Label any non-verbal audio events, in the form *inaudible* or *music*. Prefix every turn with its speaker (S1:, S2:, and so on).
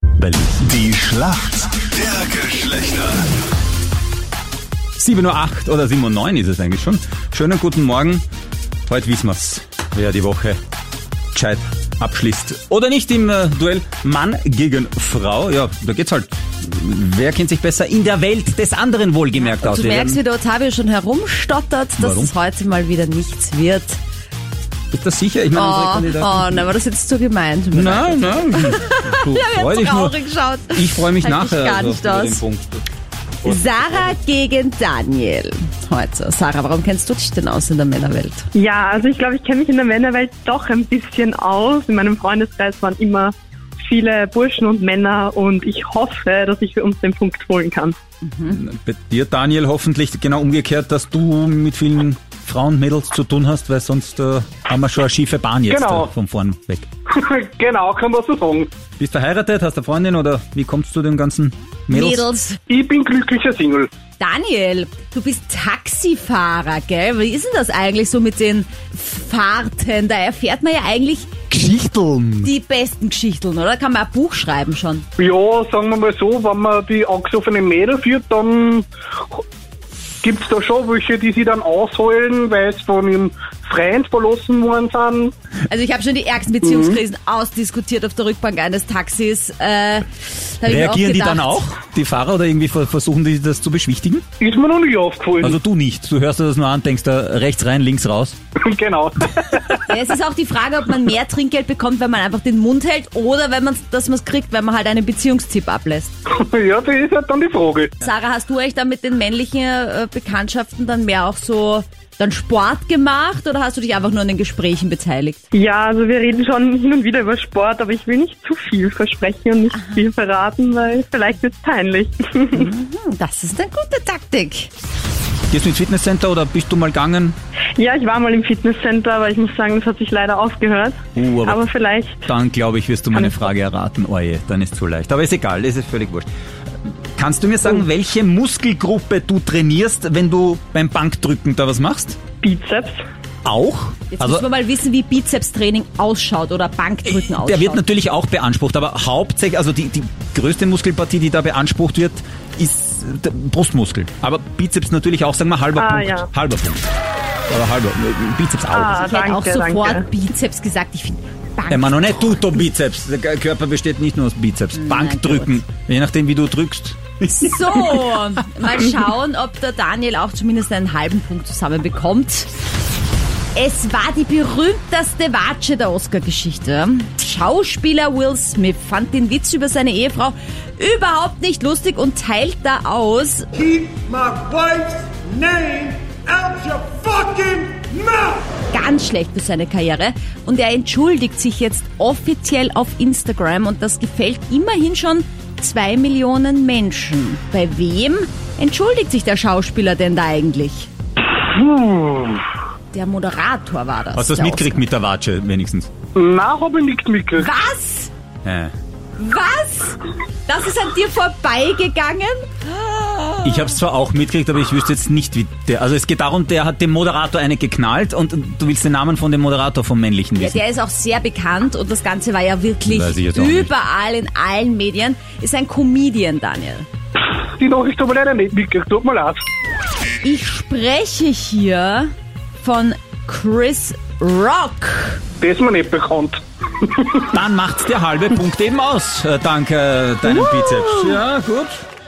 S1: Berlin.
S2: Die Schlacht der Geschlechter.
S1: 7.08 Uhr oder 7.09 Uhr ist es eigentlich schon. Schönen guten Morgen. Heute wissen wir's, wer die Woche gescheit abschließt. Oder nicht im äh, Duell Mann gegen Frau. Ja, da geht's halt. Wer kennt sich besser in der Welt des anderen wohlgemerkt aus?
S3: Du
S1: Wir
S3: merkst, wie der Ottavio schon herumstottert, dass
S1: Warum?
S3: es heute mal wieder nichts wird.
S1: werden- Ist das sicher? Ich
S3: Oh,
S1: meine, unsere
S3: oh,
S1: Kandidaten.
S3: nein, war das jetzt zu gemein? Tut mir leid.
S1: Nein,
S3: *laughs*
S1: nein. Du, freu dich nur.
S3: traurig schaut.
S1: Ich freue mich
S3: Halt dich
S1: nachher
S3: gar
S1: also
S3: nicht
S1: über
S3: aus.
S1: den Punkt.
S3: Sarah gegen Daniel. Heute. Sarah, warum kennst du dich denn aus in der Männerwelt?
S4: Ja, also ich glaube, ich kenne mich in der Männerwelt doch ein bisschen aus. In meinem Freundeskreis waren immer viele Burschen und Männer und ich hoffe, dass ich für uns den Punkt holen kann.
S1: Bei dir, Daniel, hoffentlich genau umgekehrt, dass du mit vielen Frauen, Mädels zu tun hast, weil sonst äh, haben wir schon eine schiefe Bahn jetzt
S5: Genau.
S1: äh, von vorn weg.
S5: *laughs* genau, kann man so sagen.
S1: Bist verheiratet, hast eine Freundin oder wie kommst du dem ganzen Mädels?
S3: Mädels.
S5: Ich bin glücklicher Single.
S3: Daniel, du bist Taxifahrer, gell? Wie ist denn das eigentlich so mit den Fahrten? Da erfährt man ja eigentlich
S2: Geschichteln.
S3: die besten Geschichten, oder? Kann man ein Buch schreiben schon?
S5: Ja, sagen wir mal so, wenn man die angesoffenen Mädel führt, dann gibt's da schon welche, die sie dann ausholen, weil sie von ihrem Freund verlassen worden sind.
S3: Also ich habe schon die ärgsten Beziehungskrisen
S1: Mhm.
S3: ausdiskutiert auf der Rückbank eines Taxis. Äh, da hab ich mir
S1: Reagieren die
S3: gedacht,
S1: dann auch, die Fahrer, oder irgendwie ver- versuchen die das zu beschwichtigen?
S5: Ist mir noch nie aufgefallen.
S1: Also du nicht, du hörst dir das nur an, denkst da rechts rein, links raus.
S5: *laughs* genau. *laughs*
S3: Ja, es ist auch die Frage, ob man mehr Trinkgeld bekommt, wenn man einfach den Mund hält oder wenn man dass man es kriegt, wenn man halt einen Beziehungstipp ablässt.
S5: ja, das ist halt dann die Frage.
S3: Sarah, hast du euch dann mit den männlichen äh, Bekanntschaften dann mehr auch so dann Sport gemacht oder hast du dich einfach nur an den Gesprächen beteiligt?
S4: Ja, also wir reden schon hin und wieder über Sport, aber ich will nicht zu viel versprechen und nicht zu viel verraten, weil vielleicht wird es peinlich. *laughs*
S3: Hm, Das ist eine gute Taktik.
S1: Gehst du ins Fitnesscenter oder bist du mal gegangen?
S4: ja, ich war mal im Fitnesscenter, aber ich muss sagen, das hat sich leider aufgehört.
S1: Uh, aber-
S4: aber vielleicht
S1: Dann glaube ich, wirst du meine Frage erraten. Oje, dann ist zu leicht. Aber ist egal, es ist völlig wurscht. Kannst du mir
S3: Oh.
S1: sagen, welche Muskelgruppe du trainierst, wenn du beim Bankdrücken da was machst?
S4: Bizeps.
S1: Auch? Also,
S3: Jetzt müssen wir mal wissen, wie Bizepstraining ausschaut oder Bankdrücken ausschaut.
S1: äh, der wird natürlich auch beansprucht, aber hauptsächlich, also die, die größte Muskelpartie, die da beansprucht wird, ist der Brustmuskel. Aber Bizeps natürlich auch, sagen wir, halber
S4: Ah,
S1: Punkt.
S4: ja.
S1: Halber Punkt. Oder halber, äh, Bizeps auch.
S4: Ah,
S3: ich hätte auch
S4: danke,
S3: sofort
S4: danke.
S3: Bizeps gesagt. Ich finde
S1: Ey, man, noch nicht ne, tutto Bizeps. Der Körper besteht nicht nur aus Bizeps. Bankdrücken, je nachdem, wie du drückst.
S3: So, mal schauen, ob der Daniel auch zumindest einen halben Punkt zusammenbekommt. Es war die berühmteste Watsche der Oscar-Geschichte. Schauspieler Will Smith fand den Witz über seine Ehefrau überhaupt nicht lustig und teilt da aus.
S6: keep my wife's name out your fucking mouth!
S3: Ganz schlecht für seine Karriere. Und er entschuldigt sich jetzt offiziell auf Instagram und das gefällt immerhin schon zwei Millionen Menschen. Bei wem entschuldigt sich der Schauspieler denn da eigentlich? Der Moderator war das.
S1: Hast du das
S3: der
S1: mitgekriegt mit der Watsche wenigstens?
S5: Nein, habe ich nichts mitgekriegt.
S3: Oscar. Was?
S1: Äh,
S3: Was? Das ist an dir vorbeigegangen?
S1: Ich habe es zwar auch mitgekriegt, aber ich wüsste jetzt nicht, wie der... Also es geht darum, der hat dem Moderator eine geknallt und du willst den Namen von dem Moderator vom männlichen
S3: Ja,
S1: wissen.
S3: der ist auch sehr bekannt und das Ganze war ja wirklich
S1: Weiß ich jetzt auch nicht.
S3: überall in allen Medien. Ist ein Comedian, Daniel.
S5: Die Nachricht habe ich leider nicht mitgekriegt. Tut mir leid.
S3: Ich spreche hier von Chris Rock.
S5: Das ist mir nicht bekannt.
S1: Dann macht's der halbe Punkt eben aus. Äh, Danke deinem Bizeps. Ja, gut.